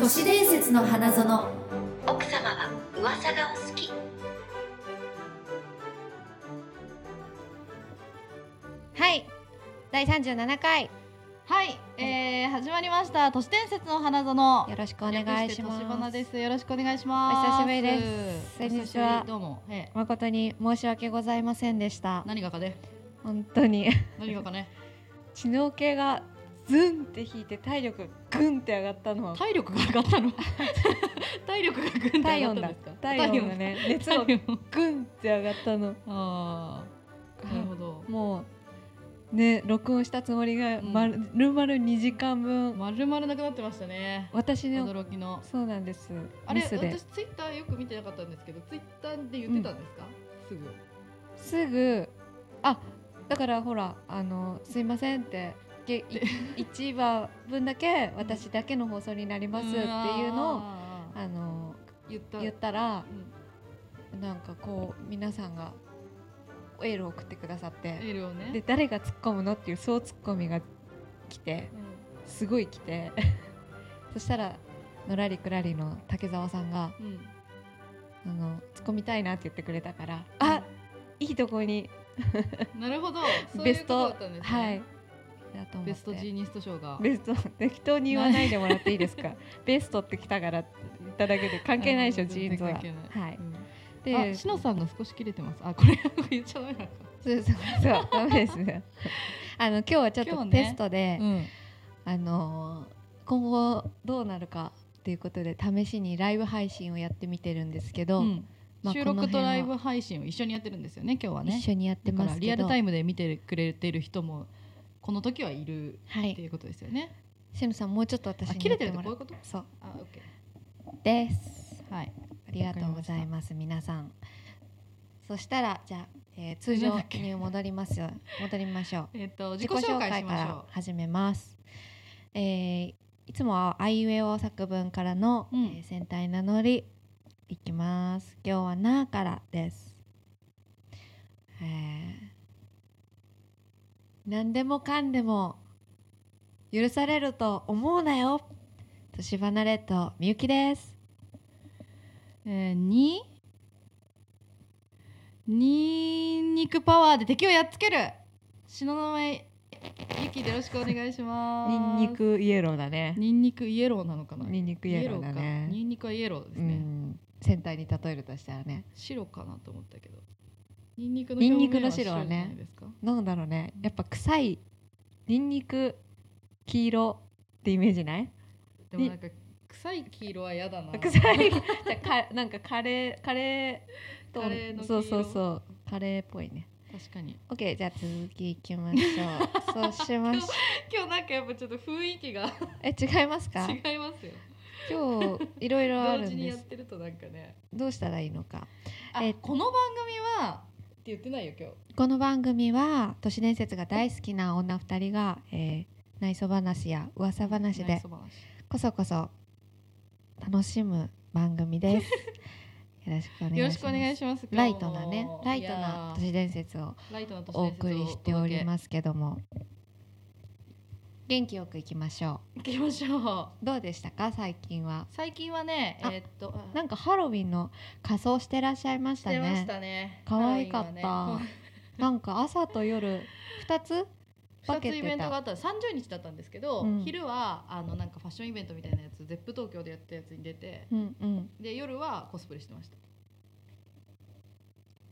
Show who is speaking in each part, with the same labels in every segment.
Speaker 1: 都市伝説の花園
Speaker 2: 奥様は噂がお好き
Speaker 3: はい第37回
Speaker 4: はい、えー、始まりました都市伝説の花園
Speaker 3: よろしくお願いします
Speaker 4: 略て都市花ですよろしくお願いします
Speaker 3: お久しぶりです
Speaker 4: お久しぶり
Speaker 3: 先日は
Speaker 4: どうも、えー、
Speaker 3: 誠に申し訳ございませんでした
Speaker 4: 何がかね
Speaker 3: 本当に
Speaker 4: 何がかね
Speaker 3: 知能系がズンって引いて体力グンって上がったのは
Speaker 4: 体力が上がった の体力がぐんと
Speaker 3: 体温
Speaker 4: 上がったん
Speaker 3: だ
Speaker 4: ですか
Speaker 3: 体温がね熱
Speaker 4: 体
Speaker 3: を
Speaker 4: 温体温
Speaker 3: グンって上がったの
Speaker 4: ああなるほど
Speaker 3: もうね録音したつもりが
Speaker 4: うん
Speaker 3: まるまる2時間分
Speaker 4: まるまるなくなってましたね
Speaker 3: 私ね
Speaker 4: 驚きの
Speaker 3: そうなんです
Speaker 4: あれ
Speaker 3: ミスで
Speaker 4: 私ツイッターよく見てなかったんですけどツイッターで言ってたんですか、すぐ
Speaker 3: すぐあだからほらあのすいませんってげい 一話分だけ私だけの放送になりますっていうのを
Speaker 4: あー
Speaker 3: あの
Speaker 4: 言った
Speaker 3: 言ったら
Speaker 4: うん
Speaker 3: なんかこう皆さんがエールを送ってくださっ
Speaker 4: エ
Speaker 3: て
Speaker 4: ールをね
Speaker 3: で誰が突っ込むのっていう総突っ込みが来てすごい来て そしたらのらりくらりの竹澤さんが
Speaker 4: うんうん
Speaker 3: あの突っ込みたいなって言ってくれたから、あいいとこに
Speaker 4: なる ほど。そうい
Speaker 3: ベ
Speaker 4: うこ
Speaker 3: ス
Speaker 4: とだ
Speaker 3: ト
Speaker 4: ったんですね。
Speaker 3: はいだと思って
Speaker 4: ベストジーニスト賞が。
Speaker 3: ベスト適当に言わないでもらっていいです かベストって来たからって言っただけで関係ないでしょ
Speaker 4: あの
Speaker 3: ジーンズは
Speaker 4: 全然関係
Speaker 3: は
Speaker 4: ない
Speaker 3: い
Speaker 4: うんあ、
Speaker 3: で
Speaker 4: しのさんが少し切れてます。あ、これ 言っちゃダメなのか。
Speaker 3: そうそうそうダメですね あの今日はちょっ
Speaker 4: 今
Speaker 3: と
Speaker 4: 日ね
Speaker 3: テストで、
Speaker 4: うん。
Speaker 3: あのー今後どうなるかっていうことで試しにライブ配信をやってみてるんですけど、
Speaker 4: うん
Speaker 3: まあ
Speaker 4: 収録とライ
Speaker 3: こ
Speaker 4: ブ
Speaker 3: の
Speaker 4: 配信を一緒にやってるんですよね。今日は
Speaker 3: 辺は
Speaker 4: ね。
Speaker 3: 一緒にやって
Speaker 4: だか
Speaker 3: ま
Speaker 4: ら
Speaker 3: す
Speaker 4: リ
Speaker 3: け
Speaker 4: アル
Speaker 3: ど
Speaker 4: タイムで見てくれてる人もこの時はいる
Speaker 3: は
Speaker 4: って
Speaker 3: い
Speaker 4: いうことですよね。
Speaker 3: シムさんもうちょっと私
Speaker 4: あ、
Speaker 3: に
Speaker 4: 切
Speaker 3: や
Speaker 4: れ
Speaker 3: って
Speaker 4: る
Speaker 3: て
Speaker 4: って
Speaker 3: も
Speaker 4: こう
Speaker 3: ら
Speaker 4: いううこと？
Speaker 3: そう
Speaker 4: あ、オッケ
Speaker 3: です
Speaker 4: ー。はい。
Speaker 3: ありがとうございます皆さんそしたらじゃあ、えー通
Speaker 4: な
Speaker 3: 常
Speaker 4: んだっけ
Speaker 3: に戻りますよ戻りましょう
Speaker 4: えっと自
Speaker 3: 自
Speaker 4: 己
Speaker 3: 己紹
Speaker 4: 紹介
Speaker 3: 介
Speaker 4: し
Speaker 3: か
Speaker 4: まし
Speaker 3: ら
Speaker 4: ょ
Speaker 3: 始めます。えーいつもはあいうえお作文からの、
Speaker 4: うん
Speaker 3: えー戦隊名乗りいきます。今日はなーからです。えー何でもかんでも許されると思うなよ。年離れとみゆきです。
Speaker 4: う。えーに。にんにくパワーで敵をやっつける。篠の名前。ゆきでよろしくお願いします。
Speaker 3: ニンニ。クイエローだね。
Speaker 4: ニンニクイエローなのかな。
Speaker 3: ニンニクイエローだ
Speaker 4: イエローかニ
Speaker 3: ね。
Speaker 4: ンニクはイエローです
Speaker 3: う
Speaker 4: ね。
Speaker 3: ん、戦隊に例えるとしたらね。
Speaker 4: 白かなと思ったけど。ニンニクの
Speaker 3: ニ
Speaker 4: 表
Speaker 3: ンニク
Speaker 4: 面
Speaker 3: の
Speaker 4: は
Speaker 3: 白
Speaker 4: 白
Speaker 3: は
Speaker 4: は
Speaker 3: ね
Speaker 4: ね。ですか
Speaker 3: なんだろうねやっぱ臭いニンニク黄色ってイメージない
Speaker 4: でもなんか臭い黄色は嫌だな。
Speaker 3: 臭い じゃあかなんかカレーカレーと
Speaker 4: カレーの黄
Speaker 3: そう
Speaker 4: 色
Speaker 3: そうそうカレーっぽいね
Speaker 4: 確かに。
Speaker 3: OK じゃあ続きいきましょ うそうしまし
Speaker 4: 今日なんかやっぱちょっと雰囲気が
Speaker 3: え違いますか
Speaker 4: 違いますよ。
Speaker 3: 今日いろいろあ
Speaker 4: 同
Speaker 3: る
Speaker 4: 時
Speaker 3: ん
Speaker 4: に
Speaker 3: で
Speaker 4: やっ
Speaker 3: す
Speaker 4: てるとなんかね。
Speaker 3: どうしたらいいのか
Speaker 4: あ
Speaker 3: え
Speaker 4: この番組はって言ってないよ今日。
Speaker 3: この番組は都市伝説が大好きな女2人が、えー内緒話や噂話
Speaker 4: 内
Speaker 3: で
Speaker 4: 緒話
Speaker 3: こそこそ楽しむ番組 です。よろしくお願いします。
Speaker 4: よろしくお願いします。
Speaker 3: ライトなね、ライトな都
Speaker 4: いや
Speaker 3: 市伝説を
Speaker 4: ーライトな都市
Speaker 3: お送りしており
Speaker 4: す。
Speaker 3: ますけども、元気よく行きましょ
Speaker 4: 行きましょう。
Speaker 3: う。どうでしたか最近は？
Speaker 4: 最近はね、え
Speaker 3: あ
Speaker 4: ーっと、
Speaker 3: なんんかハロウィンの仮装してらっしゃいまし
Speaker 4: したてまし
Speaker 3: ね。
Speaker 4: たね。
Speaker 3: 可愛かった
Speaker 4: ハロウィンはね
Speaker 3: なんか朝と夜二つ分け
Speaker 4: 二つイベ
Speaker 3: て
Speaker 4: ントがあ
Speaker 3: た。
Speaker 4: った30日だったんですけど、
Speaker 3: うん
Speaker 4: 昼はあのなんかファッションイベントみたいなやつ ZEP 東京でやったやつに出て
Speaker 3: うんうん。
Speaker 4: で夜はコスプレしてました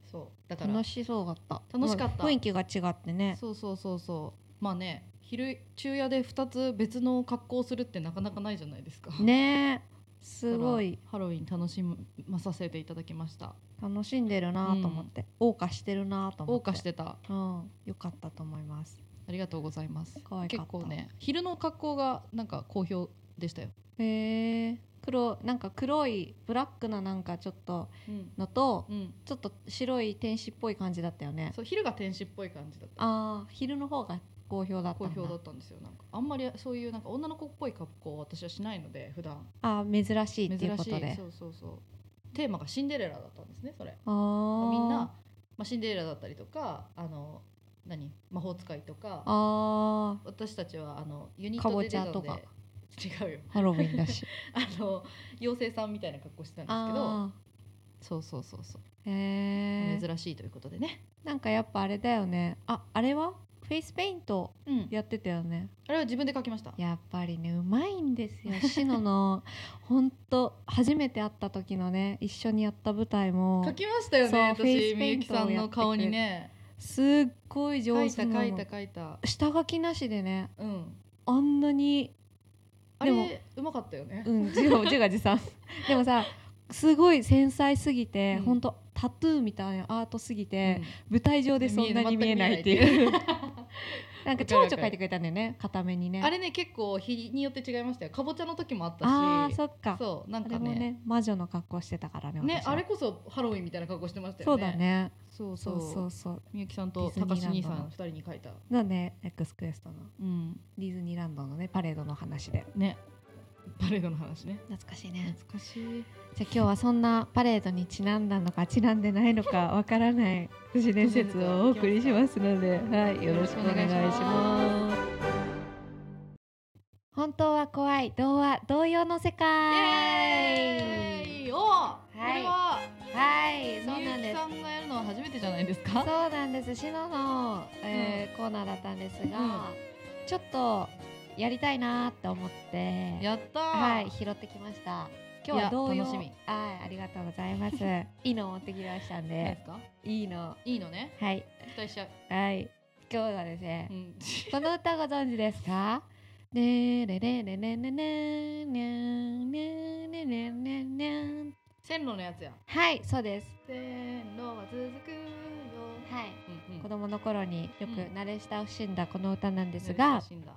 Speaker 4: そうだから
Speaker 3: 楽しそうだった。
Speaker 4: 楽しかった
Speaker 3: うん雰囲気が違ってね。
Speaker 4: そうそうそうそうまあね昼昼夜で2つ別の格好をするってなかなかないじゃないですか
Speaker 3: ねえ、すごい
Speaker 4: だからハロウィン楽しまさせていただきました
Speaker 3: 楽しんでるなと思って、謳歌してるなと思
Speaker 4: 謳
Speaker 3: って
Speaker 4: 歌してた
Speaker 3: うん、良かったと思います
Speaker 4: ありがとうございます
Speaker 3: 可愛か
Speaker 4: 結
Speaker 3: った
Speaker 4: 構ね昼の格好がなんか好評でしたよ、
Speaker 3: へえ黒なんか黒いブラックななんかちょっと
Speaker 4: うん
Speaker 3: のと、
Speaker 4: うん、
Speaker 3: ちょっと白い天使っぽい感じだったよね
Speaker 4: そう昼が天使っぽい感じだった
Speaker 3: あー昼の方が好評だった
Speaker 4: 好
Speaker 3: んだ
Speaker 4: 評だったんですよなんかあんまりそういうなんか女の子っぽい格好を私はしないので普段
Speaker 3: あー珍しい
Speaker 4: 珍
Speaker 3: っていうこ
Speaker 4: し
Speaker 3: と
Speaker 4: い
Speaker 3: で
Speaker 4: そうそうそうテーマがシンデレラだったんですねそれ
Speaker 3: あー
Speaker 4: みんな、まあ、シンデレラだったりとかあの何魔法使いとか
Speaker 3: あ
Speaker 4: 私たちはあのユニッ
Speaker 3: か
Speaker 4: ト
Speaker 3: ぼ
Speaker 4: で出
Speaker 3: ちゃ
Speaker 4: たの
Speaker 3: と
Speaker 4: で
Speaker 3: か
Speaker 4: 違うよ
Speaker 3: ハロウィンだ し
Speaker 4: あの妖精さんみたいな格好してたんですけど
Speaker 3: あ
Speaker 4: そうそうそうそう、
Speaker 3: ーへえ
Speaker 4: 珍しいということでね
Speaker 3: なんかやっぱあれだよねああれはフェイスペイント
Speaker 4: うん
Speaker 3: やってたよね
Speaker 4: あれは自分で描きました
Speaker 3: やっぱりねうまいんですよシノのほんと初めて会った時のね一緒にやった舞台も
Speaker 4: 描きましたよね
Speaker 3: そうフェイ
Speaker 4: 私
Speaker 3: ス
Speaker 4: み
Speaker 3: ペイ
Speaker 4: ゆ
Speaker 3: ン
Speaker 4: き
Speaker 3: トをや
Speaker 4: さ
Speaker 3: ってく
Speaker 4: んの顔にね
Speaker 3: すっごい上
Speaker 4: 描いた
Speaker 3: 手なの
Speaker 4: 描いた描いた
Speaker 3: 下書きなしでね
Speaker 4: うん
Speaker 3: あんなに
Speaker 4: あ
Speaker 3: でも
Speaker 4: れうまかったよね
Speaker 3: うん自画自画自賛でもさすごい繊細すぎて、
Speaker 4: うん
Speaker 3: ほんとタトゥーみたいなアートすぎて、
Speaker 4: うん
Speaker 3: 舞台上でそんなに見えないっていうなんか蝶々描いてくれたんだよね固めにね
Speaker 4: あれね結構日によって違いましたよかぼちゃの時もあったし
Speaker 3: あーそっか
Speaker 4: そうなん
Speaker 3: あ
Speaker 4: か
Speaker 3: れも
Speaker 4: ね
Speaker 3: ね魔女の格好してたからね
Speaker 4: ね
Speaker 3: 私は
Speaker 4: あれこそハロウィンみたいな格好してました
Speaker 3: そ
Speaker 4: よ
Speaker 3: う
Speaker 4: ね
Speaker 3: だね
Speaker 4: そう
Speaker 3: そ
Speaker 4: そ
Speaker 3: う
Speaker 4: う
Speaker 3: そ
Speaker 4: そう
Speaker 3: うそう
Speaker 4: みゆきさんと
Speaker 3: ディズニーランドの
Speaker 4: 高橋兄さん二人に書いた
Speaker 3: なねエクスクエストの
Speaker 4: うん
Speaker 3: ディズニーランドのねパレードの話で
Speaker 4: ねパレードの話ね
Speaker 3: 懐かしい
Speaker 4: 懐かし
Speaker 3: じ
Speaker 4: い
Speaker 3: ゃあ今日はそんなパレードにちなんだのかちなんでないのかわからない都市伝説をお送りしますので、はい、よろしくお願いします。本当は怖い童話童謡の世
Speaker 4: イ
Speaker 3: 界
Speaker 4: エーイおはいこれは
Speaker 3: はいそう
Speaker 4: みゆ
Speaker 3: なん
Speaker 4: き
Speaker 3: です
Speaker 4: さんがやるのは初めてじゃないです
Speaker 3: そう
Speaker 4: か
Speaker 3: なんですシノの、えーコーナーだったんですが、
Speaker 4: うん
Speaker 3: ちょっとやりたいなーって思って
Speaker 4: やったー
Speaker 3: はい、拾ってきました。今
Speaker 4: い
Speaker 3: 日は
Speaker 4: や
Speaker 3: 同様
Speaker 4: 楽しみ
Speaker 3: はい、ありがとうございます。いいの持ってきましたん
Speaker 4: いいで
Speaker 3: で、
Speaker 4: すか
Speaker 3: いいの、
Speaker 4: いいのね
Speaker 3: はい、
Speaker 4: 期待しちゃう
Speaker 3: はい、今日はですね
Speaker 4: う、ん
Speaker 3: この歌ご存知ですか。ねれれれれれれねねねねねね
Speaker 4: 線路のやつや
Speaker 3: はい、そうです。
Speaker 4: 線路は続くよ
Speaker 3: はい。
Speaker 4: うんうん
Speaker 3: 子供の頃によく
Speaker 4: うん
Speaker 3: 慣れ親しんだこの歌なんです
Speaker 4: よ
Speaker 3: が
Speaker 4: し、死んだ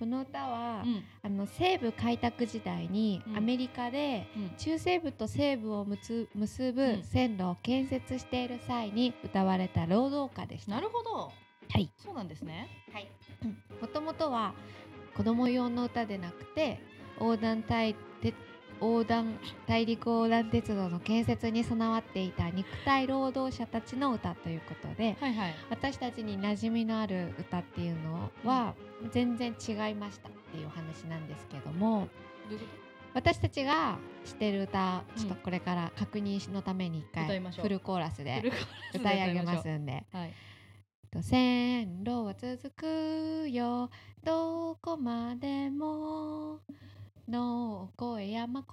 Speaker 3: この歌は、
Speaker 4: うん
Speaker 3: あの西部開拓時代に
Speaker 4: うん
Speaker 3: アメリカで、
Speaker 4: うん
Speaker 3: 中西部と西部をむつ結
Speaker 4: う
Speaker 3: ぶ
Speaker 4: ん
Speaker 3: 線路を建設している際に歌われた労働歌でした。
Speaker 4: なるほど
Speaker 3: はい
Speaker 4: そうなんですね
Speaker 3: もともとは子供用の歌でなくて横断大鉄横断大陸横断鉄道の建設に備わっていた肉体労働者たちの歌ということで
Speaker 4: はいはい
Speaker 3: 私たちに馴染みのある歌っていうのは全然違いましたっていうお話なんですけども。
Speaker 4: どういうこ
Speaker 3: 私たちが知ってる歌
Speaker 4: うん
Speaker 3: ちょっとこれから確認のために一
Speaker 4: 歌い
Speaker 3: 回
Speaker 4: ましょう
Speaker 3: フルコーラス
Speaker 4: とフ
Speaker 3: で
Speaker 4: ルコーラスで
Speaker 3: 歌い上げます
Speaker 4: 歌い
Speaker 3: んで
Speaker 4: ましょうはい
Speaker 3: 「線路は続くよどこまでも」の越え山越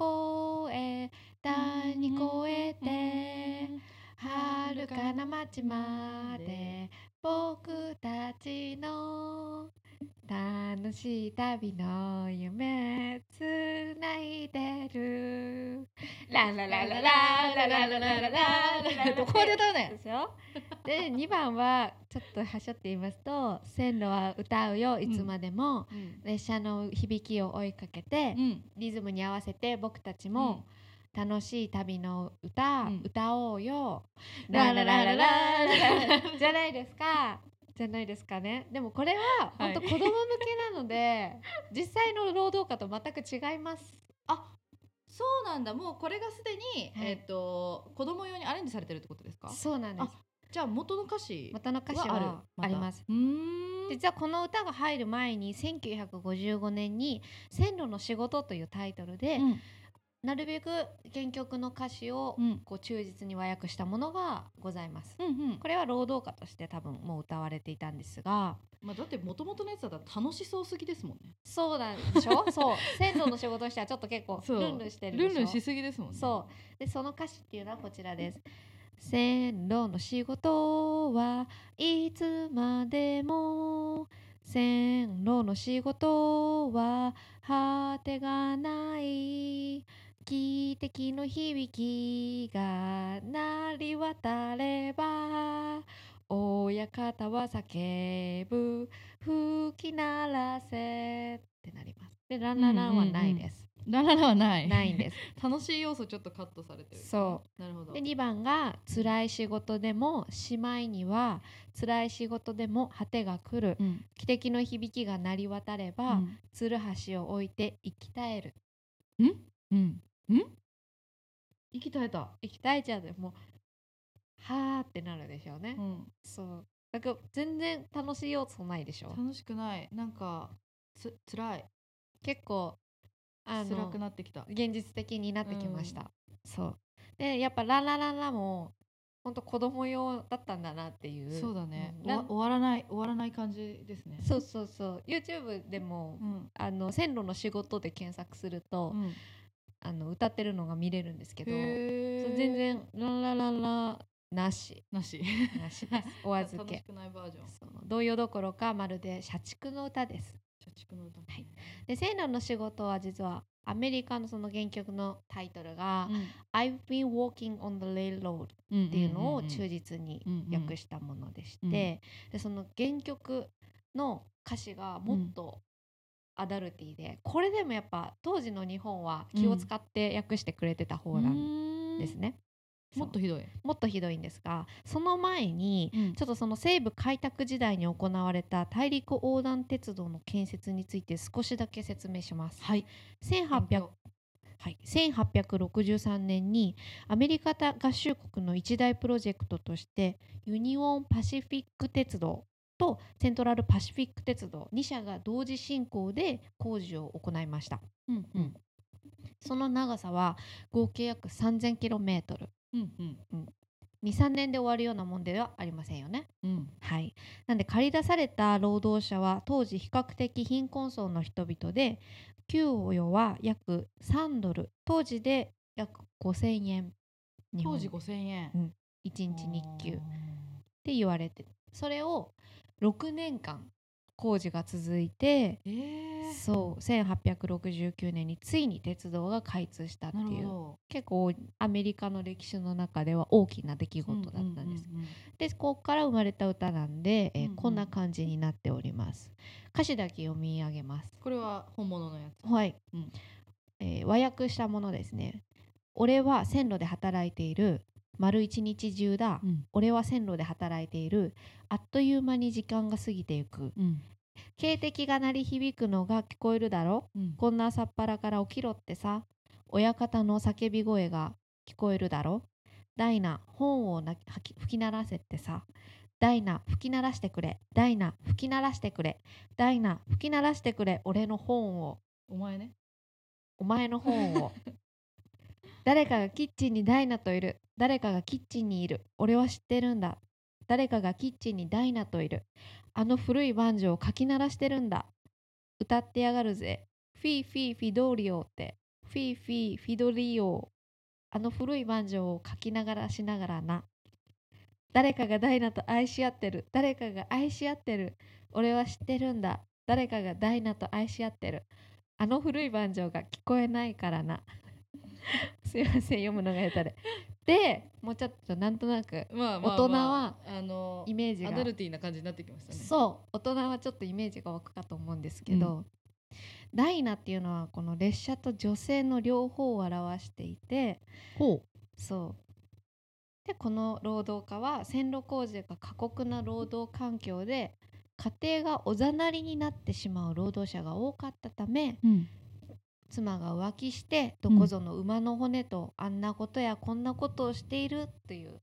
Speaker 3: え谷越えて遥かな町まで僕たちの楽しい旅の夢つないでるララララララララララララ
Speaker 4: どこで歌うね
Speaker 3: でしょで2番はちょっとはしょって言いますと「線路は歌うよいつまでも」
Speaker 4: ん
Speaker 3: 列車の響きを追いかけて、
Speaker 4: うん
Speaker 3: リズムに合わせて僕たちも楽しい旅の歌、
Speaker 4: うん
Speaker 3: 歌おうよ
Speaker 4: うんラララララララ
Speaker 3: じゃないですかじゃないですかねでもこれは
Speaker 4: は
Speaker 3: 本
Speaker 4: い
Speaker 3: 当子供向けなので、 実際の労働家と全く違います
Speaker 4: そうなんだもうこれがすでに
Speaker 3: はい
Speaker 4: えっと子供用にアレンジされてるってことですか
Speaker 3: そうなんです
Speaker 4: あじゃあ元の歌詞
Speaker 3: 元の歌詞
Speaker 4: はある
Speaker 3: はあ
Speaker 4: た
Speaker 3: ります
Speaker 4: うーん
Speaker 3: 実はこの歌が入る前に1955年に「線路の仕事」というタイトルで、
Speaker 4: うん
Speaker 3: なるべく原曲の歌詞を
Speaker 4: うん
Speaker 3: こう忠実に和訳したものがございます。
Speaker 4: うんうん
Speaker 3: これは労働歌として多分もう歌われていたんですが
Speaker 4: まあだって元々のやつだったら楽しそうすぎですもんね
Speaker 3: そうなんでしょそう線路の仕事としてはちょっと結構
Speaker 4: そう
Speaker 3: ルンルンしてるでし
Speaker 4: ル
Speaker 3: ょ
Speaker 4: ンルンしすぎですもんね
Speaker 3: そうでその歌詞っていうのはこちらです線路の仕事はいつまでも線路の仕事は果てがない汽笛の響きが鳴り渡れば親方は叫ぶ吹き鳴らせってなりますでランランランはないです、
Speaker 4: ラララはない
Speaker 3: ないんです
Speaker 4: 楽しい要素ちょっとカットされてる
Speaker 3: そう
Speaker 4: なるほど
Speaker 3: で2番が「辛い仕事でもしまいには辛い仕事でも果てが来る
Speaker 4: うん
Speaker 3: 汽笛の響きが鳴り渡れば、つるはしを置いて生き絶える
Speaker 4: うんうん息絶えた
Speaker 3: 生き絶えちゃうでもうはーってなるでしょうね、
Speaker 4: うん
Speaker 3: そうだから全然楽しい要素ないでしょ
Speaker 4: 楽しくないなんかつ辛い
Speaker 3: 結構あ
Speaker 4: 辛
Speaker 3: の
Speaker 4: くなってきた
Speaker 3: 現実的になってきました、
Speaker 4: う
Speaker 3: そうでやっぱ「ランランランラ」も本当子供用だったんだなっていう
Speaker 4: そうだね、
Speaker 3: ん
Speaker 4: 終わ
Speaker 3: な
Speaker 4: 終わらない終わらない感じですね
Speaker 3: そうそうそう YouTube でも、
Speaker 4: うん
Speaker 3: あの線路の仕事で検索すると、
Speaker 4: うん
Speaker 3: あの歌ってるのが見れるんですけど
Speaker 4: へ
Speaker 3: そ
Speaker 4: ー
Speaker 3: う全然「ランランランラ」なし
Speaker 4: なし
Speaker 3: なしですお預
Speaker 4: 楽
Speaker 3: け
Speaker 4: しくないバージョン
Speaker 3: そう童謡どころかまるで社畜の歌です
Speaker 4: 社畜の歌
Speaker 3: はいで「線路の仕事」は実はアメリカのその原曲のタイトルが「I've been walking on the railroad」
Speaker 4: っ
Speaker 3: っていうのを忠実に訳したものでして、
Speaker 4: うんうん
Speaker 3: でその原曲の歌詞がもっとアダルティで、これでもやっぱ当時の日本は気を使って訳してくれてた方なんですね、
Speaker 4: もっと
Speaker 3: そう
Speaker 4: ひどい、
Speaker 3: もっとひどいんですがその前にちょっとその西部開拓時代に行われた大陸横断鉄道の建設について少しだけ説明します。
Speaker 4: はい
Speaker 3: 1800はい、1863年にアメリカ合衆国の一大プロジェクトとしてユニオン・パシフィック鉄道とセントラル・パシフィック鉄道2社が同時進行で工事を行いました
Speaker 4: うんうん
Speaker 3: その長さは合計約 3000km23
Speaker 4: うんうん
Speaker 3: 年で終わるようなもんではありませんよね
Speaker 4: うん
Speaker 3: はい、なんで借り出された労働者は当時比較的貧困層の人々で給与は約3ドル当時で約5,000円日
Speaker 4: 当
Speaker 3: 本
Speaker 4: 時5000円
Speaker 3: 1日日給って言われてそれを6年間工事が続いて
Speaker 4: えー、
Speaker 3: そう1869年についに鉄道が開通したって
Speaker 4: なる
Speaker 3: い
Speaker 4: ほ
Speaker 3: う
Speaker 4: ど
Speaker 3: 結構アメリカの歴史の中では大きな出来事だったんです。
Speaker 4: うんうんうん
Speaker 3: でここから生まれた歌なんで、えー
Speaker 4: うんうん
Speaker 3: こんな感じになっております歌詞だけ読み上げます
Speaker 4: これは本物のやつ
Speaker 3: はい、
Speaker 4: うん
Speaker 3: えー和訳したものですね俺は線路で働いている丸一日中だ、
Speaker 4: うん
Speaker 3: 俺は線路で働いているあっという間に時間が過ぎていく
Speaker 4: うん
Speaker 3: 警笛が鳴り響くのが聞こえるだろ
Speaker 4: うん
Speaker 3: こんな朝っぱらから起きろってさ親方の叫び声が聞こえるだろダイナ本をな吐き吹き鳴らせってさダイナ吹き鳴らしてくれダイナ吹き鳴らしてくれダイナ吹き鳴らしてくれ俺の本を
Speaker 4: お前ね
Speaker 3: お前の本を誰かがキッチンにダイナといる誰かがキッチンにいる俺は知ってるんだ誰かがキッチンにダイナといるあの古いバンジョーをかき鳴らしてるんだ歌ってやがるぜフィーフィーフィドリオってフィーフィーフィドリオあの古いバンジョーをかきながらしながらな誰かがダイナと愛し合ってる誰かが愛し合ってる俺は知ってるんだ誰かがダイナと愛し合ってるあの古いバンジョーが聞こえないからな すいません読むのが下手ででもうちょっとなんとなく
Speaker 4: まあ
Speaker 3: 大人は
Speaker 4: あの
Speaker 3: イメージが
Speaker 4: アダルティーな感じになってきましたね
Speaker 3: そう大人はちょっとイメージが湧くかと思うんですけど、ダイナっていうのはこの列車と女性の両方を表していて
Speaker 4: ほ
Speaker 3: そうでこの労働家は線路工事が過酷な労働環境で家庭がおざなりになってしまう労働者が多かったため
Speaker 4: う、うん、
Speaker 3: 妻が浮気してどこぞの馬の骨とあんなことやこんなことをしているという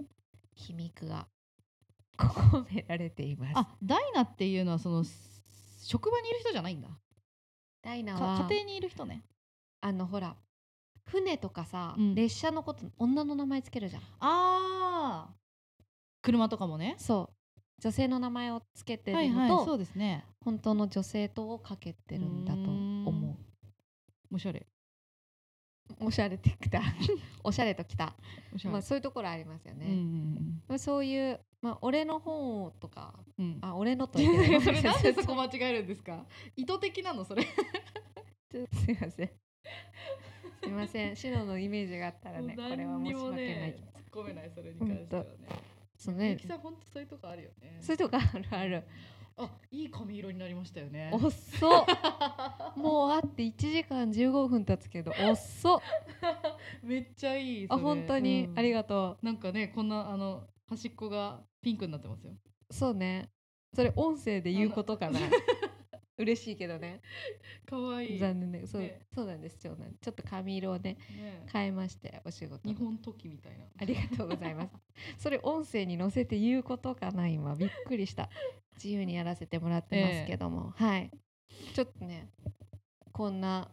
Speaker 3: 皮肉が込められています。
Speaker 4: あダイナっていうのはその職場にいる人じゃないんだ
Speaker 3: ダイナ
Speaker 4: か
Speaker 3: は
Speaker 4: 家庭にいる人ね
Speaker 3: あのほら船とかさ、
Speaker 4: うん
Speaker 3: 列車のこと女の名前つけるじゃん
Speaker 4: ああ車とかもね
Speaker 3: そう女性の名前をつけて
Speaker 4: はい
Speaker 3: る
Speaker 4: はい
Speaker 3: のと、
Speaker 4: そうですね
Speaker 3: 本当の女性とをかけてるんだと思
Speaker 4: おしゃれ
Speaker 3: うおしゃれて きたおしゃれときた、
Speaker 4: おしゃれ、
Speaker 3: まあ、そういうところありますよ
Speaker 4: うんう
Speaker 3: ね、
Speaker 4: ん
Speaker 3: そういう、まあ、俺の本をとか
Speaker 4: うんうん
Speaker 3: あ俺のと
Speaker 4: い
Speaker 3: は言ってい
Speaker 4: やいやそれなんでそ
Speaker 3: す
Speaker 4: こ間違えるんですか意図的なのそれ
Speaker 3: いませんすいませんシノのイメージがあったらねこれは
Speaker 4: 何
Speaker 3: 申
Speaker 4: に
Speaker 3: し
Speaker 4: も
Speaker 3: 訳ない
Speaker 4: ね突っ込めないそれに関してはね
Speaker 3: そう
Speaker 4: ゆ
Speaker 3: ね
Speaker 4: きさん本当そういうとこあるよね
Speaker 3: そういうとこあるある
Speaker 4: あいい髪色になりましたよね
Speaker 3: 遅っもうあって1時間15分経つけど遅っ
Speaker 4: めっちゃいい
Speaker 3: あ本当に、あり
Speaker 4: が
Speaker 3: がと
Speaker 4: なんかねこんなあの端っこがピンクになってますよ
Speaker 3: うそうねそれ音声で言うことかな 嬉しいけどね
Speaker 4: 可愛い
Speaker 3: 残念だけどそう,、
Speaker 4: ね
Speaker 3: そうなんです長男ちょっと髪色をね
Speaker 4: ね
Speaker 3: 変えましてお仕事
Speaker 4: 日本時みたいな
Speaker 3: ありがとうございますそれ音声に乗せて言うことかな今びっくりした自由にやらせてもらってますけども、はいちょっとねこんな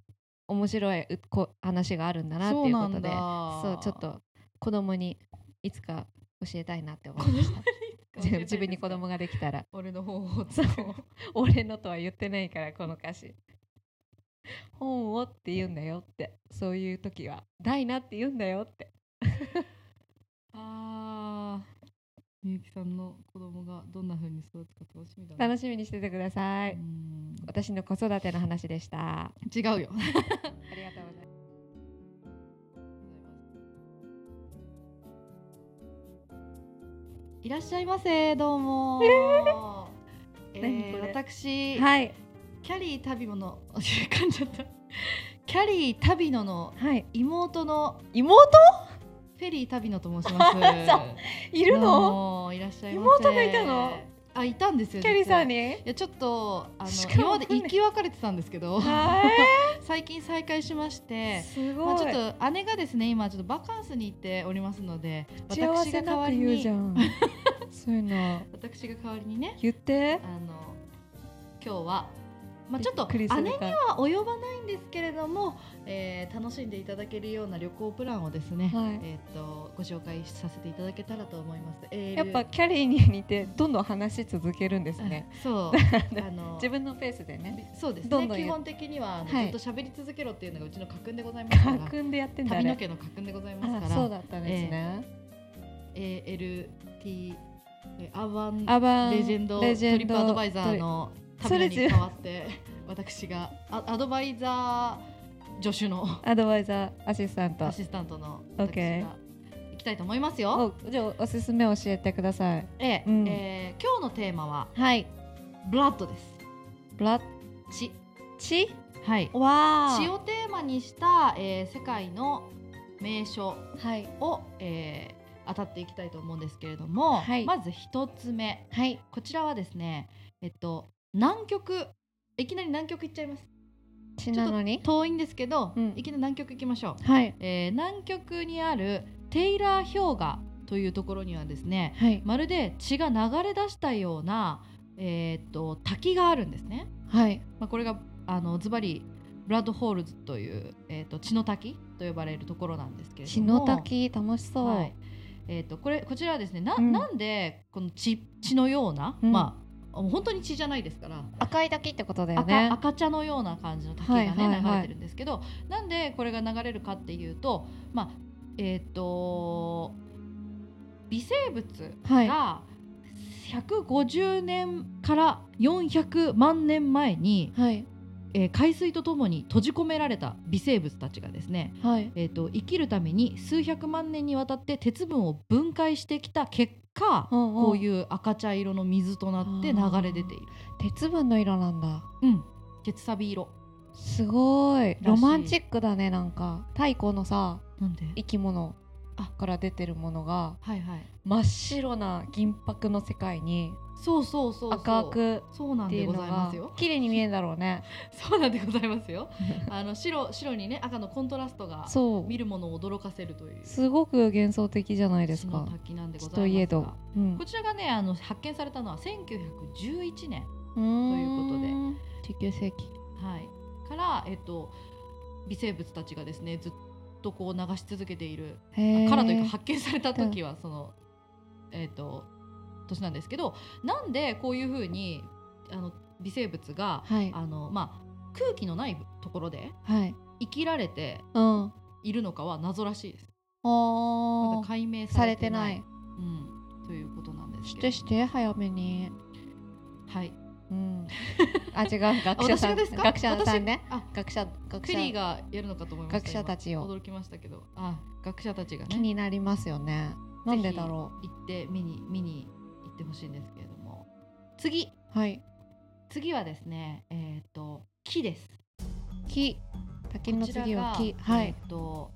Speaker 3: 面白いうこ話があるんだなっていうことでそうちょっ
Speaker 4: 教
Speaker 3: と子供にいつか教えたいなって思いました
Speaker 4: えたいですね
Speaker 3: 自分に子供ができたら
Speaker 4: 俺の方法
Speaker 3: そう俺のとは言ってないからこの歌詞本をって言うんだよってそういう時は大なって言うんだよって
Speaker 4: あーみゆきさんの子供がどんな風に育つか楽しみだな
Speaker 3: 楽しみにしててください、
Speaker 4: うん
Speaker 3: 私の子育ての話でしたあ
Speaker 4: 違うよ
Speaker 3: りがとうございます
Speaker 4: いらっしゃいませどうもえー
Speaker 3: 何これ
Speaker 4: 私、
Speaker 3: はい
Speaker 4: キャリー旅の 噛んじゃったキャリー旅のの
Speaker 3: はい
Speaker 4: 妹の
Speaker 3: 妹
Speaker 4: フェリー旅のと申し ますい
Speaker 3: いるの
Speaker 4: いらっしゃいませ
Speaker 3: 妹がいたの
Speaker 4: あいたんですよ
Speaker 3: キャリーさん
Speaker 4: 実は
Speaker 3: に
Speaker 4: いやちょっとあの
Speaker 3: しかも
Speaker 4: 今まで生き別れてたんですけど
Speaker 3: は
Speaker 4: 最近再会しまして
Speaker 3: い す
Speaker 4: ま
Speaker 3: ご
Speaker 4: あ、
Speaker 3: い、
Speaker 4: ちょっと姉がですね今ちょっとバカンスに行っておりますので
Speaker 3: 幸
Speaker 4: 私
Speaker 3: せ
Speaker 4: が代
Speaker 3: な
Speaker 4: わ
Speaker 3: く
Speaker 4: り
Speaker 3: 言うじゃ
Speaker 4: に
Speaker 3: ん そういうの
Speaker 4: 私が代わりにね
Speaker 3: 言って
Speaker 4: あの今日は、まあ、ちょっと
Speaker 3: びくり
Speaker 4: 姉
Speaker 3: する
Speaker 4: に
Speaker 3: か
Speaker 4: は及ばないんですけれども、えー楽しんでいただけるような旅行プランをですね、
Speaker 3: はい
Speaker 4: えー、とご紹介させていただけたらと思います。えー
Speaker 3: やっぱキャリーに似てどんどん話し続けるんですね。
Speaker 4: そうあの
Speaker 3: 自分のペースでね。
Speaker 4: そうですね
Speaker 3: どんどん言う
Speaker 4: 基本的にはあの
Speaker 3: はい
Speaker 4: ずっと喋り続けろっていうのがうちの家訓でございますか
Speaker 3: 家
Speaker 4: ら
Speaker 3: 訓でやってんだ
Speaker 4: 旅の
Speaker 3: ね。
Speaker 4: 家の家訓でございます
Speaker 3: あ
Speaker 4: か、
Speaker 3: そう
Speaker 4: ら
Speaker 3: だったんですね。
Speaker 4: ALT えアーバン
Speaker 3: アバン
Speaker 4: レジェンド
Speaker 3: レジェ
Speaker 4: ト
Speaker 3: ン
Speaker 4: リップアドバイザーの
Speaker 3: それ
Speaker 4: 旅に代わって私があアドバイザー助手の
Speaker 3: アドバイザーアシスタント
Speaker 4: ア。シスタントの
Speaker 3: オ
Speaker 4: 私
Speaker 3: ッケー
Speaker 4: が行きたいと思いますよ。
Speaker 3: おじゃあおすすめ教えてください。
Speaker 4: ええ
Speaker 3: うん
Speaker 4: えー今日のテーマは
Speaker 3: はい。
Speaker 4: ブラッドです。
Speaker 3: ブラッ
Speaker 4: 血
Speaker 3: チ？
Speaker 4: はい
Speaker 3: わ
Speaker 4: 血をテーマにした、えー世界の名所
Speaker 3: はい
Speaker 4: を、えー当たっていきたいと思うんですけれども、
Speaker 3: はい
Speaker 4: まず一つ目
Speaker 3: はい。
Speaker 4: こちらはですねえっと南極いきなり南極行っちゃいます
Speaker 3: 血なのに。
Speaker 4: 遠いんですけど、
Speaker 3: うん
Speaker 4: いきなり南極行きましょう、
Speaker 3: はい
Speaker 4: えー南極にあるテイラー氷河というところにはですね
Speaker 3: はい
Speaker 4: まるで血が流れ出したような、えーっと滝があるんですね、
Speaker 3: はい
Speaker 4: まあ、これがあのズバリブラッドホールズという、えーっと血の滝と呼ばれるところなんですけれども
Speaker 3: 血の滝楽しそう。
Speaker 4: はいえー、とこれこちらはですねな,、
Speaker 3: うん
Speaker 4: ん、なんでこの血血のような、
Speaker 3: うん
Speaker 4: まあ本当に血じゃないですから、
Speaker 3: 赤い滝ってことだよね
Speaker 4: 赤。赤茶のような感じの滝が
Speaker 3: はい
Speaker 4: ね、
Speaker 3: はいはい
Speaker 4: 流れてるんですけどなんでこれが流れるかっていうとまあえっ、と微生物
Speaker 3: はい
Speaker 4: が150年から400万年前に、
Speaker 3: はい
Speaker 4: えー海水とともに閉じ込められた微生物たちがですね、
Speaker 3: はい
Speaker 4: えー、と生きるために数百万年にわたって鉄分を分解してきた結果こ
Speaker 3: こ
Speaker 4: ういう赤茶色の水となって流れ出ている、
Speaker 3: 鉄分の色なんだ。
Speaker 4: うん、鉄サビ色
Speaker 3: すごい
Speaker 4: しい
Speaker 3: ロマンチックだねなんか太古のさ
Speaker 4: なんで
Speaker 3: 生き物から出てるものが
Speaker 4: はいはい
Speaker 3: 真っ白な銀箔の世界に
Speaker 4: そうそうそうそう
Speaker 3: 赤く
Speaker 4: そうなん
Speaker 3: ってい
Speaker 4: で
Speaker 3: う
Speaker 4: ご
Speaker 3: の
Speaker 4: ざいま
Speaker 3: が
Speaker 4: すよ
Speaker 3: 綺麗に見えるだろうね
Speaker 4: そうなんでございますよあの白白にね赤のコントラストが
Speaker 3: そう
Speaker 4: 見るものを驚かせるという
Speaker 3: すごく幻想的じゃないです
Speaker 4: 血の
Speaker 3: か
Speaker 4: 滝なんでご
Speaker 3: 血
Speaker 4: ざいますが
Speaker 3: といえどうん
Speaker 4: こちらがねあの発見されたのは
Speaker 3: と
Speaker 4: 1911年いう
Speaker 3: ことで19世紀
Speaker 4: はい、から、えっと、微生物たちがですねずっとこう流し続けている、
Speaker 3: へー
Speaker 4: からというか発見された時はその、えっと年なんですけどなんでこういうふうにあの微生物が
Speaker 3: はい
Speaker 4: あの、まあ、空気のないところで
Speaker 3: はい
Speaker 4: 生きられて
Speaker 3: うんあ
Speaker 4: いるのかは謎らしいです。まだ
Speaker 3: ー
Speaker 4: 解明
Speaker 3: さ
Speaker 4: さ
Speaker 3: れ
Speaker 4: れ
Speaker 3: て
Speaker 4: てな
Speaker 3: ないい
Speaker 4: うん、ということなんです
Speaker 3: し
Speaker 4: け
Speaker 3: て
Speaker 4: ど
Speaker 3: して早めに
Speaker 4: はい、
Speaker 3: うん あ違う学者
Speaker 4: 私
Speaker 3: さ
Speaker 4: が
Speaker 3: ん
Speaker 4: ですか
Speaker 3: 学者さんね
Speaker 4: 私あ
Speaker 3: 学者学
Speaker 4: フェリー
Speaker 3: 者
Speaker 4: がやるのかと思いました
Speaker 3: 学者たちを
Speaker 4: 今驚きましたけどあ学者たちがね
Speaker 3: 気になりますよねなんでだろ
Speaker 4: 行って見に見に行ってほしいんですけれども次
Speaker 3: うはい
Speaker 4: 次はですねえっ、と木です
Speaker 3: 木滝の
Speaker 4: こちら
Speaker 3: 次は
Speaker 4: が
Speaker 3: 木は
Speaker 4: えっ
Speaker 3: い、
Speaker 4: と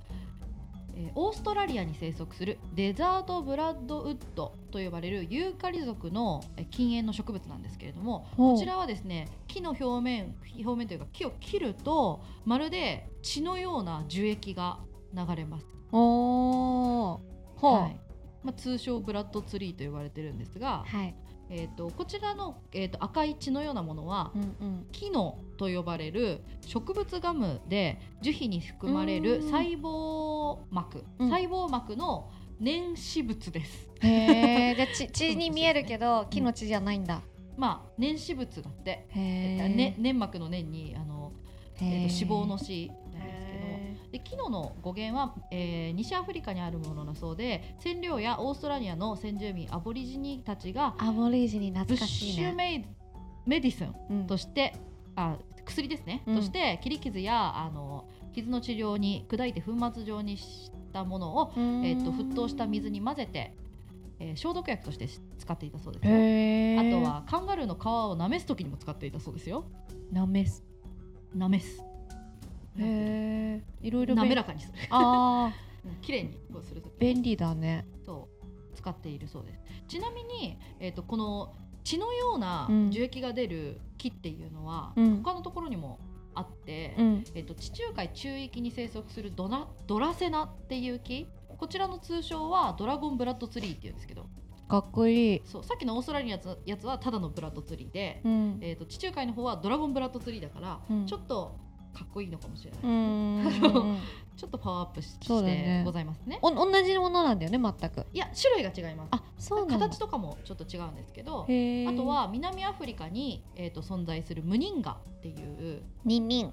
Speaker 4: えーオーストラリアに生息するデザートブラッドウッドと呼ばれるユーカリ属のえー禁煙の植物なんですけれども
Speaker 3: ほう
Speaker 4: こちらはですね木の表面表面というか木を切るとまるで血のような樹液が流れます、
Speaker 3: おーほう
Speaker 4: はいまあ、通称ブラッドツリーと呼ばれてるんですが、
Speaker 3: はい
Speaker 4: えー、とこちらの、えー、と赤い血のようなものは
Speaker 3: うん うん
Speaker 4: キノと呼ばれる植物ガムで樹皮に含まれる
Speaker 3: うん
Speaker 4: 細胞膜、
Speaker 3: うん
Speaker 4: 細胞膜の粘死物です。
Speaker 3: へえじゃあ血血に見えるけど木の血じゃないんだ
Speaker 4: まあ粘死物だって、
Speaker 3: へえ
Speaker 4: ね、粘膜の粘にあの、えー、と脂肪の死なんですけど。
Speaker 3: へ
Speaker 4: でキノの語源は、えー西アフリカにあるものだそうで占領やオーストラリアの先住民アボリジニたちが
Speaker 3: ーアボリージに
Speaker 4: ブ
Speaker 3: 懐
Speaker 4: ッ
Speaker 3: かしい
Speaker 4: シ
Speaker 3: ね
Speaker 4: ュメイドメディスン
Speaker 3: うん
Speaker 4: としてあ薬ですね、
Speaker 3: うん
Speaker 4: として切り傷やあの傷の治療に砕いて粉末状にしたものを、えっと沸騰した水に混ぜて、えー消毒薬として使っていたそうですよ。
Speaker 3: へ
Speaker 4: あ
Speaker 3: ー
Speaker 4: とはカンガルーの皮を舐めす時にも使っていたそうですよ。
Speaker 3: なめす
Speaker 4: 舐めす。
Speaker 3: へえいろいろ便
Speaker 4: 滑らかにする。
Speaker 3: ああ
Speaker 4: うん綺麗にこうする時
Speaker 3: 便利だね
Speaker 4: そう使っているそうですちなみに、えー、とこの血のような
Speaker 3: うん
Speaker 4: 樹液が出る木っていうのは、
Speaker 3: うん
Speaker 4: 他のところにもあって、
Speaker 3: うん
Speaker 4: えー、と地中海中域に生息するドナドラセナっていう木こちらの通称はドラゴンブラッドツリーっていうんですけど
Speaker 3: かっこいい
Speaker 4: そうさっきのオーストラリアのやつやつはただのブラッドツリーで、
Speaker 3: うん
Speaker 4: えー、と地中海の方はドラゴンブラッドツリーだから、
Speaker 3: うん
Speaker 4: ちょっとかっこいいのかもしれない、
Speaker 3: うんうんうん
Speaker 4: そう
Speaker 3: うん
Speaker 4: ちょっとパワーアップし
Speaker 3: そうだ
Speaker 4: て
Speaker 3: ね
Speaker 4: ございますね
Speaker 3: お同じものなんだよね全く
Speaker 4: いや種類が違います
Speaker 3: あそうなんだ
Speaker 4: 形とかもちょっと違うんですけど、
Speaker 3: へえ
Speaker 4: あとは南アフリカに、えー、と存在するムニンガっていう、
Speaker 3: ニンニン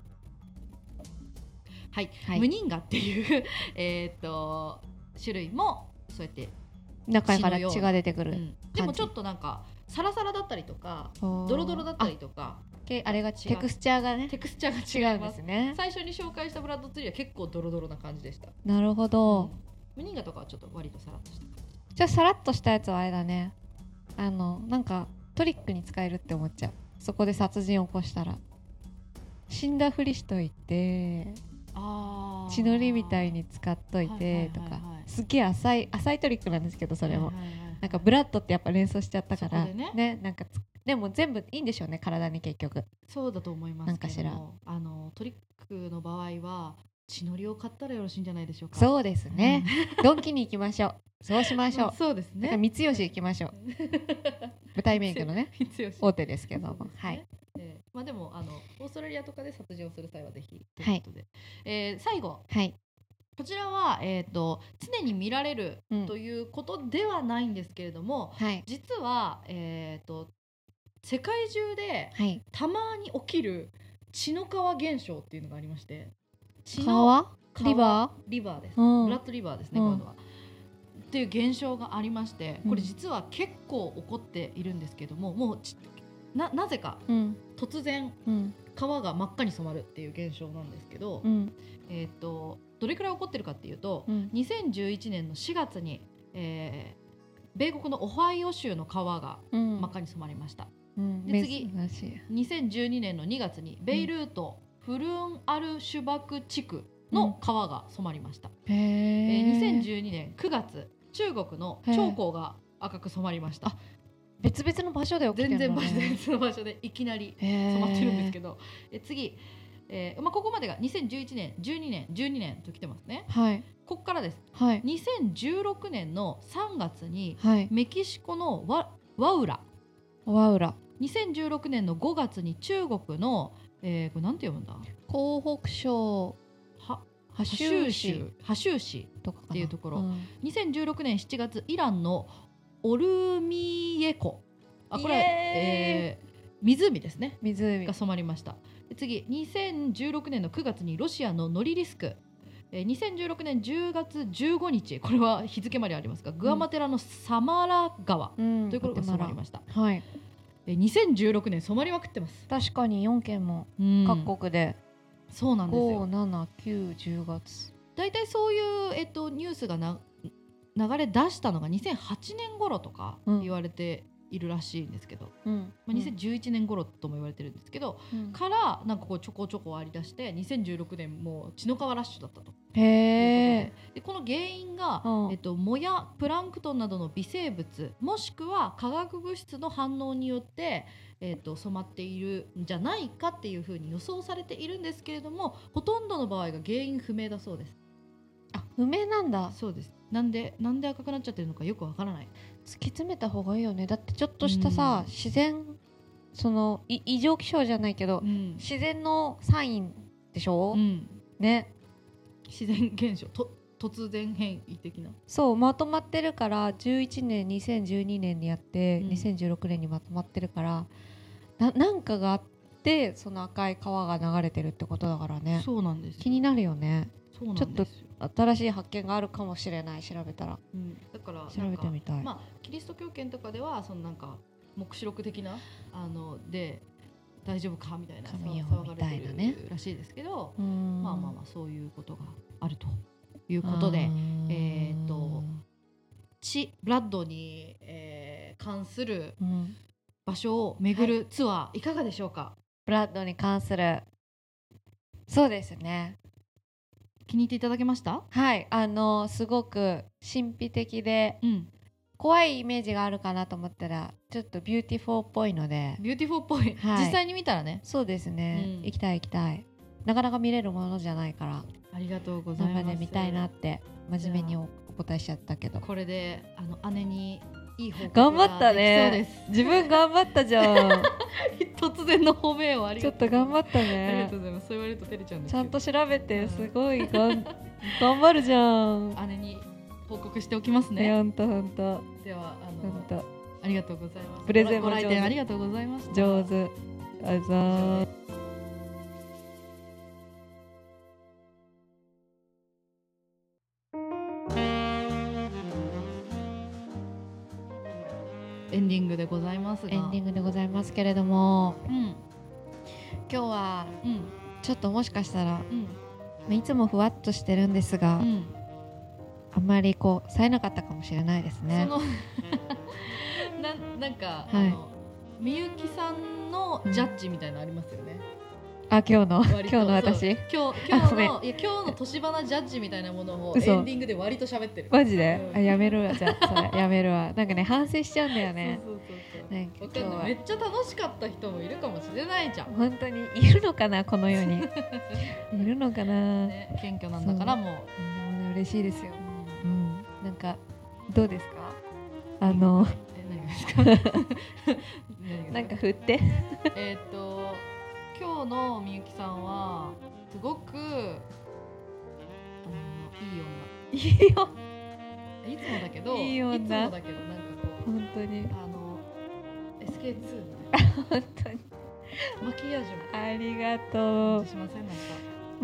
Speaker 4: はい
Speaker 3: はい
Speaker 4: ムニンガっていう えーと種類もそうやって、
Speaker 3: 中から血が出てく
Speaker 4: う
Speaker 3: る
Speaker 4: んでもちょっとなんかサラサラだったりとか
Speaker 3: ド
Speaker 4: ドロドロだったりとか
Speaker 3: けあれが
Speaker 4: 違う
Speaker 3: テクスチャーがね
Speaker 4: テクスチャーが
Speaker 3: 違
Speaker 4: 違
Speaker 3: う
Speaker 4: い
Speaker 3: ん
Speaker 4: ま
Speaker 3: ですす ね
Speaker 4: 最初に紹介したブラッドツリーは結構ドロドロな感じでした、
Speaker 3: なるほ
Speaker 4: うん
Speaker 3: ど、
Speaker 4: ムニンガとかはちょっと割とサラッとした感じ
Speaker 3: じゃあさらっとしたやつはあれだねあのなんかトリックに使えるって思っちゃうそこで殺人を起こしたら死んだふりしといて
Speaker 4: あ
Speaker 3: 血のりみたい
Speaker 4: に
Speaker 3: に使っといてと
Speaker 4: はいはい
Speaker 3: か
Speaker 4: はいはい
Speaker 3: すっげえ浅い浅いトリックなんですけどそれも、なんかブ
Speaker 4: ラ
Speaker 3: ラッドってやっぱ連想しちゃったから
Speaker 4: そこでね
Speaker 3: なんかつでも全部いいんでしょうね体に結局
Speaker 4: そうだと思います
Speaker 3: なんか
Speaker 4: け
Speaker 3: し
Speaker 4: ど
Speaker 3: ら
Speaker 4: もあのトリックの場合は血のりを買ったらよろしいんじゃないでしょうか
Speaker 3: そうですね、ドンキに行きましょうそうしま
Speaker 4: うん
Speaker 3: しょう、
Speaker 4: まあ そうです
Speaker 3: だから三
Speaker 4: ね
Speaker 3: 吉行きましょ う舞台メイクのね
Speaker 4: 三つ吉
Speaker 3: 大手ですけども、
Speaker 4: そうですね
Speaker 3: はい
Speaker 4: えーまあでもあのオーストラリアとかで殺人をする際はぜひと
Speaker 3: はい
Speaker 4: いうことで、えー最後
Speaker 3: はい、
Speaker 4: こちらはえっ、と常に見られる
Speaker 3: うん
Speaker 4: ということではないんですけれども、
Speaker 3: はい
Speaker 4: 実はえっ、と世界中で
Speaker 3: はい
Speaker 4: たまに起きる血の川現象っていうのがありまして血の
Speaker 3: 川
Speaker 4: 川
Speaker 3: リバ
Speaker 4: リバーです
Speaker 3: ー、う
Speaker 4: ブラッドリバーですね、
Speaker 3: うん
Speaker 4: 今度は。っていう現象がありまして
Speaker 3: うん
Speaker 4: これ実は結構起こっているんですけども、もうちななぜか
Speaker 3: うん
Speaker 4: 突然
Speaker 3: うん
Speaker 4: 川が真っ赤に染まるっていう現象なんですけど、
Speaker 3: うん
Speaker 4: えー、とどれくらい起こってるかっていうと、
Speaker 3: うん
Speaker 4: 2011年の4月に、えー米国のオハイオ州の川が
Speaker 3: うん
Speaker 4: 真っ赤に染まりました。
Speaker 3: うん
Speaker 4: で次
Speaker 3: 珍しい
Speaker 4: 2012年の2月にベイルート、フルーンアルシュバク地区の川が染まりました。
Speaker 3: へ
Speaker 4: え
Speaker 3: え
Speaker 4: ー、2012年9月中国の長江が赤く染まりました、
Speaker 3: 別々の場所で起きてる
Speaker 4: 全然
Speaker 3: の
Speaker 4: 場
Speaker 3: ね
Speaker 4: 所別の場所でいきなり
Speaker 3: へ
Speaker 4: 染
Speaker 3: ー
Speaker 4: まってるんですけど、え次、えーまあ、ここまでが2011年12年12年と来てますね
Speaker 3: はい
Speaker 4: ここからです
Speaker 3: はい
Speaker 4: 2016年の3月に
Speaker 3: はい
Speaker 4: メキシコのワワウラ
Speaker 3: ワウラ
Speaker 4: 2016年の5月に中国の、えーこれなんて読むんだ
Speaker 3: 広北省
Speaker 4: は
Speaker 3: 波
Speaker 4: 波州
Speaker 3: 州市
Speaker 4: 市波州市
Speaker 3: とかかな
Speaker 4: っていうところ
Speaker 3: ん
Speaker 4: 2016年7月イランのオルミエ湖あこれは
Speaker 3: イエーイ
Speaker 4: えー湖ですね
Speaker 3: 湖
Speaker 4: が染まりましたで次2016年の9月にロシアのノリリスクえー2016年10月15日これは日付までありますがグアマテラのサマラ川
Speaker 3: うん
Speaker 4: ということが染まりました、
Speaker 3: すはい
Speaker 4: えー2016年染まりまくってます、
Speaker 3: 確かに四件も
Speaker 4: うん
Speaker 3: 各国で
Speaker 4: そうなんです
Speaker 3: 五
Speaker 4: よ
Speaker 3: 七九十月
Speaker 4: 大体そういう、えっと、ニュースがな流れ出したのが2008年頃とか
Speaker 3: うん
Speaker 4: 言われているらしいんですけど、
Speaker 3: うん
Speaker 4: まあ、2011年頃とも言われてるんですけど、
Speaker 3: うん
Speaker 4: からなんかこうちょこちょこありだして2016年もう血の川ラッシュだったということ
Speaker 3: へ
Speaker 4: で,、
Speaker 3: え
Speaker 4: でこの原因が、
Speaker 3: うん
Speaker 4: えっと、藻やプランクトンなどの微生物もしくは化学物質の反応によって、えっと、染まっているんじゃないかっていうふうに予想されているんですけれどもほとんどの場合が原因不明だそうです。
Speaker 3: あ不明なんだ
Speaker 4: そうですなんでなんで赤くなっちゃってるのかよくわからない
Speaker 3: 突き詰めた方がいいよねだってちょっとしたさ、
Speaker 4: うん
Speaker 3: 自然そのい異常気象じゃないけど、
Speaker 4: ん、
Speaker 3: 自然のサインでしょ、
Speaker 4: うん、
Speaker 3: ね
Speaker 4: 自然現象と突然変異的な
Speaker 3: そうまとまってるから11年2012年にやって、
Speaker 4: うん
Speaker 3: 2016年にまとまってるからななんかがあってその赤い川が流れてるってことだからね
Speaker 4: そうなんですよ
Speaker 3: 気になるよね
Speaker 4: そうなんですよ
Speaker 3: ちょっ新しい発見があるかもしれない調べたら
Speaker 4: うん、だから
Speaker 3: 調
Speaker 4: なん
Speaker 3: べ
Speaker 4: か
Speaker 3: てみたい、
Speaker 4: まあ、キリスト教圏とかではそのなんか黙示録的なあので大丈夫かみたいな
Speaker 3: 神よ
Speaker 4: 騒がれ
Speaker 3: み
Speaker 4: て
Speaker 3: たいな
Speaker 4: る
Speaker 3: ね
Speaker 4: らしいですけど、
Speaker 3: うん
Speaker 4: まあまあまあそういうことがあるということでえーっと血ブラッドに、えー関する
Speaker 3: うん
Speaker 4: 場所を巡るツアー、い、かがでしょうか
Speaker 3: ブラッドに関するそうですね
Speaker 4: 気に入っていただけました、
Speaker 3: はいあのすごく神秘的で
Speaker 4: うん、
Speaker 3: 怖いイメージがあるかなと思ったらちょっとビューティフォーっぽいので
Speaker 4: ビューティフォーっぽい、
Speaker 3: はい
Speaker 4: 実際に見たらね
Speaker 3: そうですね、
Speaker 4: うん
Speaker 3: 行きたい行きたいなかなか見れるものじゃないから
Speaker 4: ありがとうございます
Speaker 3: 生で見たいなって真面目におお答えしちゃったけど
Speaker 4: これであの姉にいい報告
Speaker 3: 頑張ったね
Speaker 4: ができそうです
Speaker 3: 自分頑張ったじゃん
Speaker 4: 突然の褒めをあ り
Speaker 3: ちょっ
Speaker 4: がと
Speaker 3: と
Speaker 4: うござい
Speaker 3: 頑
Speaker 4: ます
Speaker 3: 張った
Speaker 4: ありが
Speaker 3: ね
Speaker 4: とうございますそう言われると照れちゃうんで
Speaker 3: ち
Speaker 4: すけ
Speaker 3: ゃ
Speaker 4: ど
Speaker 3: んと調べ
Speaker 4: う
Speaker 3: て
Speaker 4: ん
Speaker 3: すごいがん頑張るじゃん
Speaker 4: 姉に報告しておきます
Speaker 3: ね
Speaker 4: ね
Speaker 3: ほんとほんと
Speaker 4: ではあ
Speaker 3: ほん
Speaker 4: の
Speaker 3: と
Speaker 4: ありがとうございます
Speaker 3: プレゼンも
Speaker 4: ご来
Speaker 3: 上手
Speaker 4: 店ありがとうございました
Speaker 3: 上手あざー
Speaker 4: エンディングでございますが
Speaker 3: エンディン
Speaker 4: グ
Speaker 3: グでございますけれども
Speaker 4: うん
Speaker 3: 今日は
Speaker 4: うん
Speaker 3: ちょっともしかしたら
Speaker 4: うん
Speaker 3: いつもふわっとしてるんですが、
Speaker 4: うん
Speaker 3: あんまりこう冴えなかったかもしれないですね
Speaker 4: その なんなんか、
Speaker 3: はい
Speaker 4: あのみゆきさんのジャッジみたいなのありますよね、
Speaker 3: あ今日の今
Speaker 4: 割
Speaker 3: 日
Speaker 4: と
Speaker 3: の私
Speaker 4: そう今日今日
Speaker 3: あご
Speaker 4: のいや今日の年花ジャッジみたいなものをエンデ
Speaker 3: 嘘
Speaker 4: ィングで割と喋ってる
Speaker 3: マジで、
Speaker 4: うん
Speaker 3: あやめるわじゃあそれやめるわなんかね反省しちゃうんだよね
Speaker 4: そうそうそうそう
Speaker 3: なんか
Speaker 4: わ
Speaker 3: 今日
Speaker 4: かんないめ
Speaker 3: は
Speaker 4: っちゃ楽しかった人もいるかもしれないじゃん、
Speaker 3: 本当にいるのかなこの世 にいるのかな、
Speaker 4: ね、謙虚なんだからも
Speaker 3: うんでもね嬉しいですよ
Speaker 4: う、、
Speaker 3: うん、なんかどうですかあの
Speaker 4: え何がですか何がです
Speaker 3: なんか振って
Speaker 4: えーっと今日のみゆきさんはすごくあのいい
Speaker 3: いいよ
Speaker 4: 女いつもだけど
Speaker 3: いい女
Speaker 4: つもだけどなんかこ
Speaker 3: 本当に
Speaker 4: うあの SK2 みたい
Speaker 3: 本当に
Speaker 4: なマキアージュみたい
Speaker 3: ありが
Speaker 4: な
Speaker 3: とう
Speaker 4: 感じしませんなんか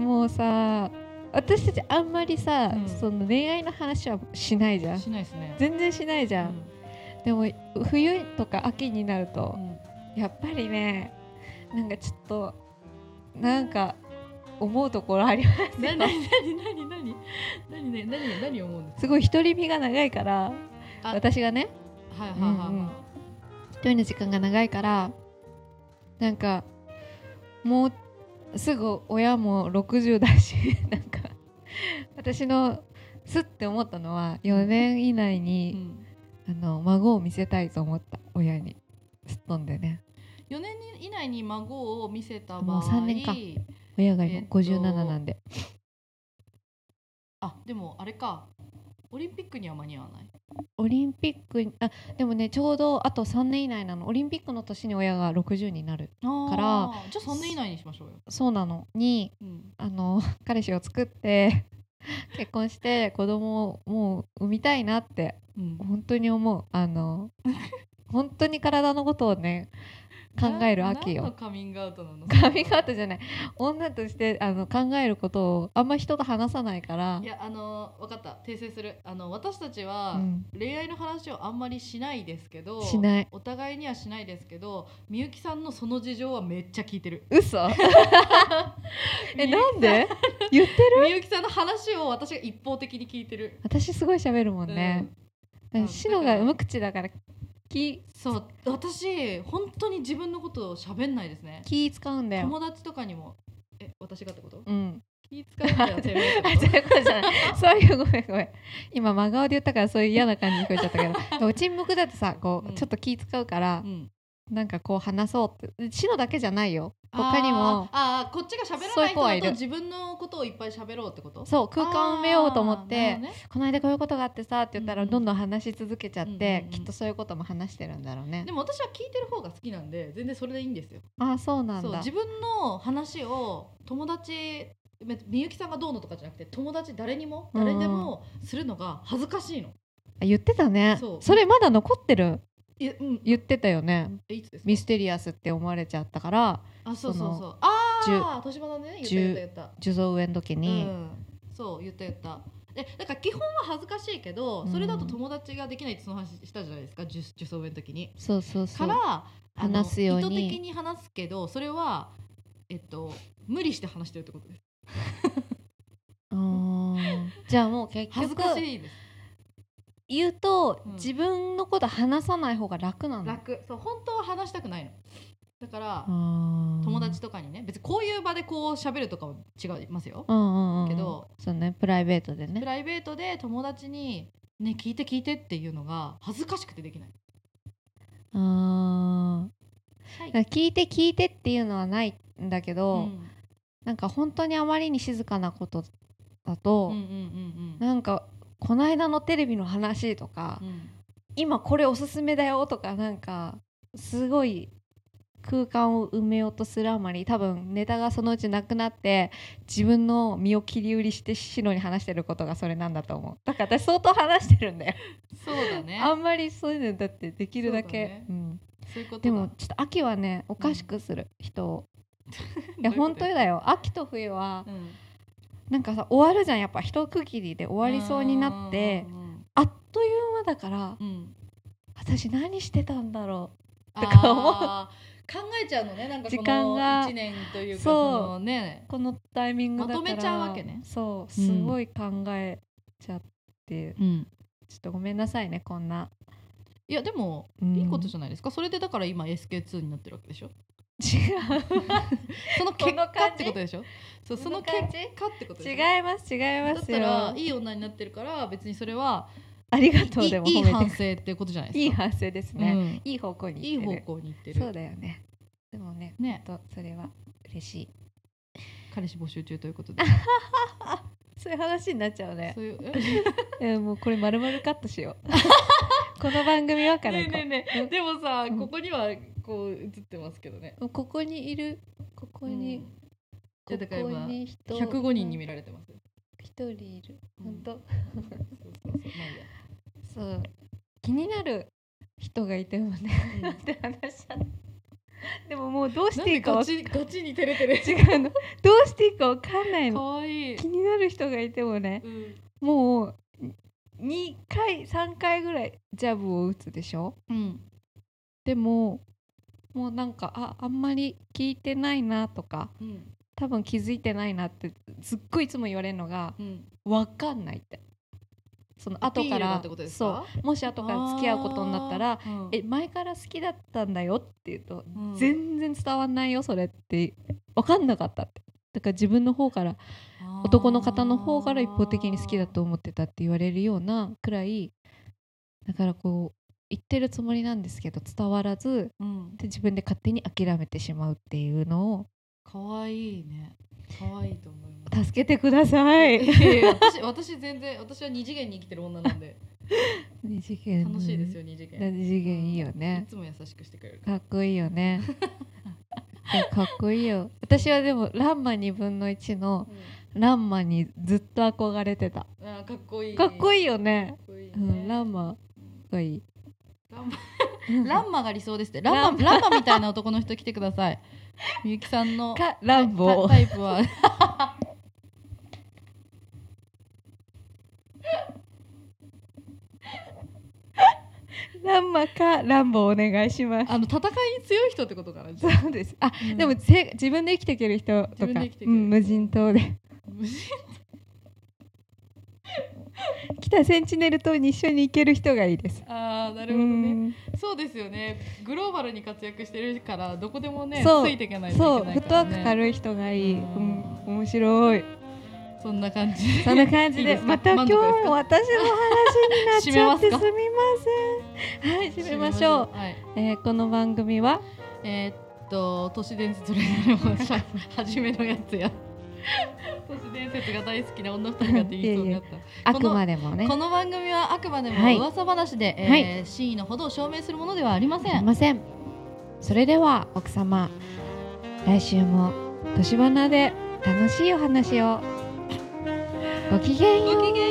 Speaker 3: もうさ私たちあんまりさ、
Speaker 4: うん
Speaker 3: その恋愛の話はしないじゃん
Speaker 4: しないですね
Speaker 3: 全然しないじゃん、でも冬とか秋になると
Speaker 4: う、んうん
Speaker 3: やっぱりねなんかちょっとなんか思うところあります
Speaker 4: 何何何何何何ね何何思うんです
Speaker 3: すごい独り身が長いから
Speaker 4: あ
Speaker 3: 私がね
Speaker 4: かはいはいはいはい、
Speaker 3: うんうん一人の時間が長いからなんかもうすぐ親も60だし なんか私のすって思ったのは4年以内
Speaker 4: う
Speaker 3: に、
Speaker 4: ん
Speaker 3: あの孫を見せたいと思った親にすっ飛んでね
Speaker 4: 4年以内に孫を見せた場合
Speaker 3: もう三年か親が
Speaker 4: え
Speaker 3: 今
Speaker 4: っと
Speaker 3: 57なんで、
Speaker 4: あでもあれかオリンピックには間に合わない
Speaker 3: オリンピックにあでもねちょうどあと3年以内なのオリンピックの年に親が60になる
Speaker 4: あーじゃあ3年以内にしましょうよ、
Speaker 3: そうなのに
Speaker 4: うん
Speaker 3: あの 彼氏を作って 結婚して子供をもう産みたいなって
Speaker 4: うん
Speaker 3: 本当に思うあ の本当に体のことをね考える秋
Speaker 4: な何の
Speaker 3: よ
Speaker 4: カミングアウトなの
Speaker 3: カミングアウトじゃない女としてあの考えることをあんま人と話さないから
Speaker 4: いやあの分かった訂正するあの私たちは、
Speaker 3: うん
Speaker 4: 恋愛の話をあんまりしないですけど
Speaker 3: しない
Speaker 4: お互いにはしないですけどみゆきさんのその事情はめっちゃ聞いてる
Speaker 3: 嘘えなんで言ってる
Speaker 4: みゆきさんの話を私が一方的に聞いてる、
Speaker 3: 私すごい喋るもんね、
Speaker 4: うん
Speaker 3: シノが無口だから気
Speaker 4: そう私本当に自分のことを喋んないですね
Speaker 3: 気使うんだよ。
Speaker 4: 友達とかにもえ私がっ てこと
Speaker 3: うん。
Speaker 4: 気使うんだよてめえって
Speaker 3: あ、そういうこ
Speaker 4: こと
Speaker 3: とじゃない。そういうごめんごめん。今真 顔で言ったからそういう嫌な感じに聞こえちゃったけど、でも沈黙だとさ、こ
Speaker 4: うん
Speaker 3: うちょっと気使うから
Speaker 4: う、ん
Speaker 3: なんかこう話そうってシノだけじゃないよ他にも
Speaker 4: あーあーこっちが喋
Speaker 3: そういう子
Speaker 4: ら
Speaker 3: は
Speaker 4: ない
Speaker 3: い
Speaker 4: 人だと
Speaker 3: る
Speaker 4: 自分のことをいっぱい喋ろうってこと
Speaker 3: そう空間を埋めようと思っ
Speaker 4: あーなる
Speaker 3: て
Speaker 4: ほどね
Speaker 3: この間こういうことがあってさって言った
Speaker 4: う
Speaker 3: ら
Speaker 4: んうん
Speaker 3: どんどん話し続けちゃっ
Speaker 4: うん
Speaker 3: て
Speaker 4: うんうん
Speaker 3: きっとそういうことも話してるんだろうね
Speaker 4: でも私は聞いてる方が好きなんで全然それでいいんですよ
Speaker 3: ああそうなん
Speaker 4: そう
Speaker 3: だ
Speaker 4: 自分の話を友達めみゆきさんがどうのとかじゃなくて友達誰にも誰でもするのが恥ずかしいの、
Speaker 3: あ言ってたね
Speaker 4: そう
Speaker 3: それまだ残ってる
Speaker 4: いうん
Speaker 3: 言ってたよね
Speaker 4: えいつですか
Speaker 3: ミステリアスって思われちゃったから
Speaker 4: あそうそう
Speaker 3: そ
Speaker 4: そうああ年花ね言った
Speaker 3: じゅ
Speaker 4: 言った言った
Speaker 3: 受蔵園の時に、
Speaker 4: うん、そう言った言ったえだから基本は恥ずかしいけどそれだと友達ができないってその話したじゃないですか受受送弁の時に
Speaker 3: そうそうそ
Speaker 4: か
Speaker 3: う
Speaker 4: らあの
Speaker 3: 話すように
Speaker 4: 意図的に話すけどそれはえっと無理して話してるってことです
Speaker 3: うーんじゃあもう結
Speaker 4: 恥ず
Speaker 3: 局
Speaker 4: かしいです
Speaker 3: 言うと、
Speaker 4: うん
Speaker 3: 自分のこと話さない方が楽なの
Speaker 4: 楽そう本当は話したくないのだから
Speaker 3: 友
Speaker 4: 友達とかにね別にこういう場でこう喋るとかは違いますよ
Speaker 3: うんうんうん
Speaker 4: けど
Speaker 3: そうねプライベートで
Speaker 4: プ
Speaker 3: ね
Speaker 4: ライベートで友達にね聞いて聞いてっていうのが恥ずかしくてできない
Speaker 3: あー
Speaker 4: は
Speaker 3: だ
Speaker 4: い
Speaker 3: から聞いて聞いてっていうのはないんだけ
Speaker 4: う
Speaker 3: ど、
Speaker 4: ん
Speaker 3: なんか本当にあまりに静かなことだ
Speaker 4: うんうん
Speaker 3: と、
Speaker 4: うん
Speaker 3: なんかこの間のテレビの話とか、
Speaker 4: うんうん
Speaker 3: 今これおすすめだよとかなんかすごい空間を埋めようとするあまり多分ネタがそのうちなくなって自分の身を切り売りしてシノに話してることがそれなんだと思うだから私相当話してるんだよ
Speaker 4: そうだね
Speaker 3: あんまりそういうのだってできるだけ
Speaker 4: そうだね
Speaker 3: うん、
Speaker 4: そういうことだ
Speaker 3: でもちょっと秋はねおかしくする、人をいや本当だよ秋と冬は
Speaker 4: うん
Speaker 3: なんかさ終わるじゃんやっぱ一区切りで終わりそうになって
Speaker 4: うんうん
Speaker 3: あっという間だから
Speaker 4: うんうん
Speaker 3: 私何してたんだろ
Speaker 4: あ
Speaker 3: とか思う
Speaker 4: ー考えちゃうのねなんかこ
Speaker 3: 時間
Speaker 4: の
Speaker 3: が
Speaker 4: 一年というかそ
Speaker 3: そう
Speaker 4: のね
Speaker 3: うこのタイミングだから
Speaker 4: まとめちゃうわけね
Speaker 3: そう
Speaker 4: うん
Speaker 3: すごい考えちゃって、
Speaker 4: うん
Speaker 3: ちょっとごめんなさいねこんな、
Speaker 4: いやでも
Speaker 3: うん
Speaker 4: いいことじゃないですか、それでだから今 SK2 になってるわけでしょ
Speaker 3: 違
Speaker 4: その結
Speaker 3: この
Speaker 4: 果
Speaker 3: 感じ
Speaker 4: ってことでしょそうそ
Speaker 3: こ
Speaker 4: の
Speaker 3: の
Speaker 4: 結
Speaker 3: 感じ
Speaker 4: 果ってこと
Speaker 3: う
Speaker 4: でしょ
Speaker 3: 違います違いま
Speaker 4: だっ
Speaker 3: す
Speaker 4: たら
Speaker 3: よ
Speaker 4: いい女になってるから別にそれは
Speaker 3: ありが
Speaker 4: い
Speaker 3: とう
Speaker 4: い
Speaker 3: でも
Speaker 4: いい
Speaker 3: 褒
Speaker 4: 反
Speaker 3: め
Speaker 4: 省
Speaker 3: て
Speaker 4: ってことじゃないです
Speaker 3: いい
Speaker 4: か
Speaker 3: 反省です
Speaker 4: う
Speaker 3: ね、
Speaker 4: ん
Speaker 3: いい方向に
Speaker 4: いい
Speaker 3: 行って
Speaker 4: 方
Speaker 3: る
Speaker 4: 向にいって
Speaker 3: そう
Speaker 4: る
Speaker 3: だよねでもね
Speaker 4: ね
Speaker 3: ほんとそれは嬉しい
Speaker 4: 彼氏募集中とい うことで
Speaker 3: そういう話になっちゃうね
Speaker 4: そういうえ
Speaker 3: えもうこれまるまるカットしよ うこの番組はから
Speaker 4: ね
Speaker 3: いこ
Speaker 4: え
Speaker 3: う
Speaker 4: ねえねえでもさ、
Speaker 3: うん
Speaker 4: ここにはこう映ってますけどね。
Speaker 3: ここにいるここに、
Speaker 4: うんいやだ
Speaker 3: こ
Speaker 4: から今
Speaker 3: こに人
Speaker 4: 105人に見られてます。
Speaker 3: 一人いる本当、
Speaker 4: そうそうそうまあいいや
Speaker 3: そう気になる人がいてもね
Speaker 4: うん
Speaker 3: って話しちゃったでももうどうし
Speaker 4: なん
Speaker 3: てい
Speaker 4: で
Speaker 3: いかわ
Speaker 4: ガ
Speaker 3: か
Speaker 4: チガチに照れてる。
Speaker 3: 違うのどうしていいかわかんないの
Speaker 4: 可愛い
Speaker 3: 気になる人がいてもね
Speaker 4: うん
Speaker 3: もう2回3回ぐらいジャブを打つでしょ
Speaker 4: うん。
Speaker 3: でももうなんかああんまり聞いてないなとか
Speaker 4: うん。
Speaker 3: 多分気づいてないなってすっごいいつも言われるのが
Speaker 4: うん。
Speaker 3: わかんないってその後か
Speaker 4: アピールが
Speaker 3: ら
Speaker 4: ってことです
Speaker 3: そ
Speaker 4: か。
Speaker 3: うもし後から付き合うことになったら
Speaker 4: あー、
Speaker 3: え前から好きだったんだよって言うと、
Speaker 4: うん
Speaker 3: 全然伝わんないよそれって分かんなかったってだから自分の方から男の方の方から一方的に好きだ。と思ってたって言われるようなくらいだからこう言ってるつもりなんですけど伝わらず
Speaker 4: あーうん。
Speaker 3: で自分で勝手に諦めてしまうっていうのを
Speaker 4: 可愛いね。可愛いと思います。
Speaker 3: 助けてください
Speaker 4: いやいや私私全然私は二次元に生きてる女な んで
Speaker 3: 二次元
Speaker 4: 楽しいですよ二次元。
Speaker 3: 二次元いいよ
Speaker 4: い
Speaker 3: ね
Speaker 4: つも優しくしてくれるから。
Speaker 3: かっこいいよ ねいやかっこいいよ私はでも「ランマ2分の1」の「
Speaker 4: うん
Speaker 3: ランマにずっと憧れてた。
Speaker 4: あーかっこいい。
Speaker 3: かっこ
Speaker 4: いい。
Speaker 3: いいよね。
Speaker 4: ね
Speaker 3: うん、ランマがいい。
Speaker 4: ランランマが理想ですって。ラ
Speaker 3: ラ
Speaker 4: ン
Speaker 3: ン
Speaker 4: マ、ランマみたいな男の人来てください。みゆきさん の。
Speaker 3: かランボー。
Speaker 4: タイプは。
Speaker 3: ランマかランボーお願いします。
Speaker 4: あの戦いに強い人ってことかな。
Speaker 3: そうです。あ、
Speaker 4: うん
Speaker 3: でもせ自分で生きていける人と
Speaker 4: 自分で
Speaker 3: か
Speaker 4: 生きていけ、る
Speaker 3: うん、無人島で北センチネル島に一緒に行ける人がいいです。
Speaker 4: ああ、な
Speaker 3: な
Speaker 4: るほどね。そうですよね。グローバルに活躍してるから、どこでもね、つ
Speaker 3: そう
Speaker 4: いていけないとい
Speaker 3: そう、フ
Speaker 4: けない
Speaker 3: ット
Speaker 4: から
Speaker 3: ワ
Speaker 4: ね。
Speaker 3: ー ク軽い人がいい。うん、面白い。
Speaker 4: そんな感じ
Speaker 3: そんな感じ
Speaker 4: いい
Speaker 3: で
Speaker 4: ですか
Speaker 3: また今
Speaker 4: 満
Speaker 3: 日
Speaker 4: 足ですか
Speaker 3: も私の話になっちゃって
Speaker 4: 締めますすか
Speaker 3: みませんはい締めましょう、
Speaker 4: はい、
Speaker 3: えーこの番組は
Speaker 4: えーっと都市伝説のやつや初めのや つや都市伝説が大好きな女二人がって言いそうになった
Speaker 3: あ
Speaker 4: こ
Speaker 3: く
Speaker 4: の
Speaker 3: までもね
Speaker 4: この番組はあくまで
Speaker 3: はい
Speaker 4: も噂話で、えー
Speaker 3: は
Speaker 4: 真意のほどを証明するものではありますせ
Speaker 3: い
Speaker 4: ん。
Speaker 3: ませんそれでは奥様来週も年花で楽しいお話をごきげんよう
Speaker 4: ごきげんよう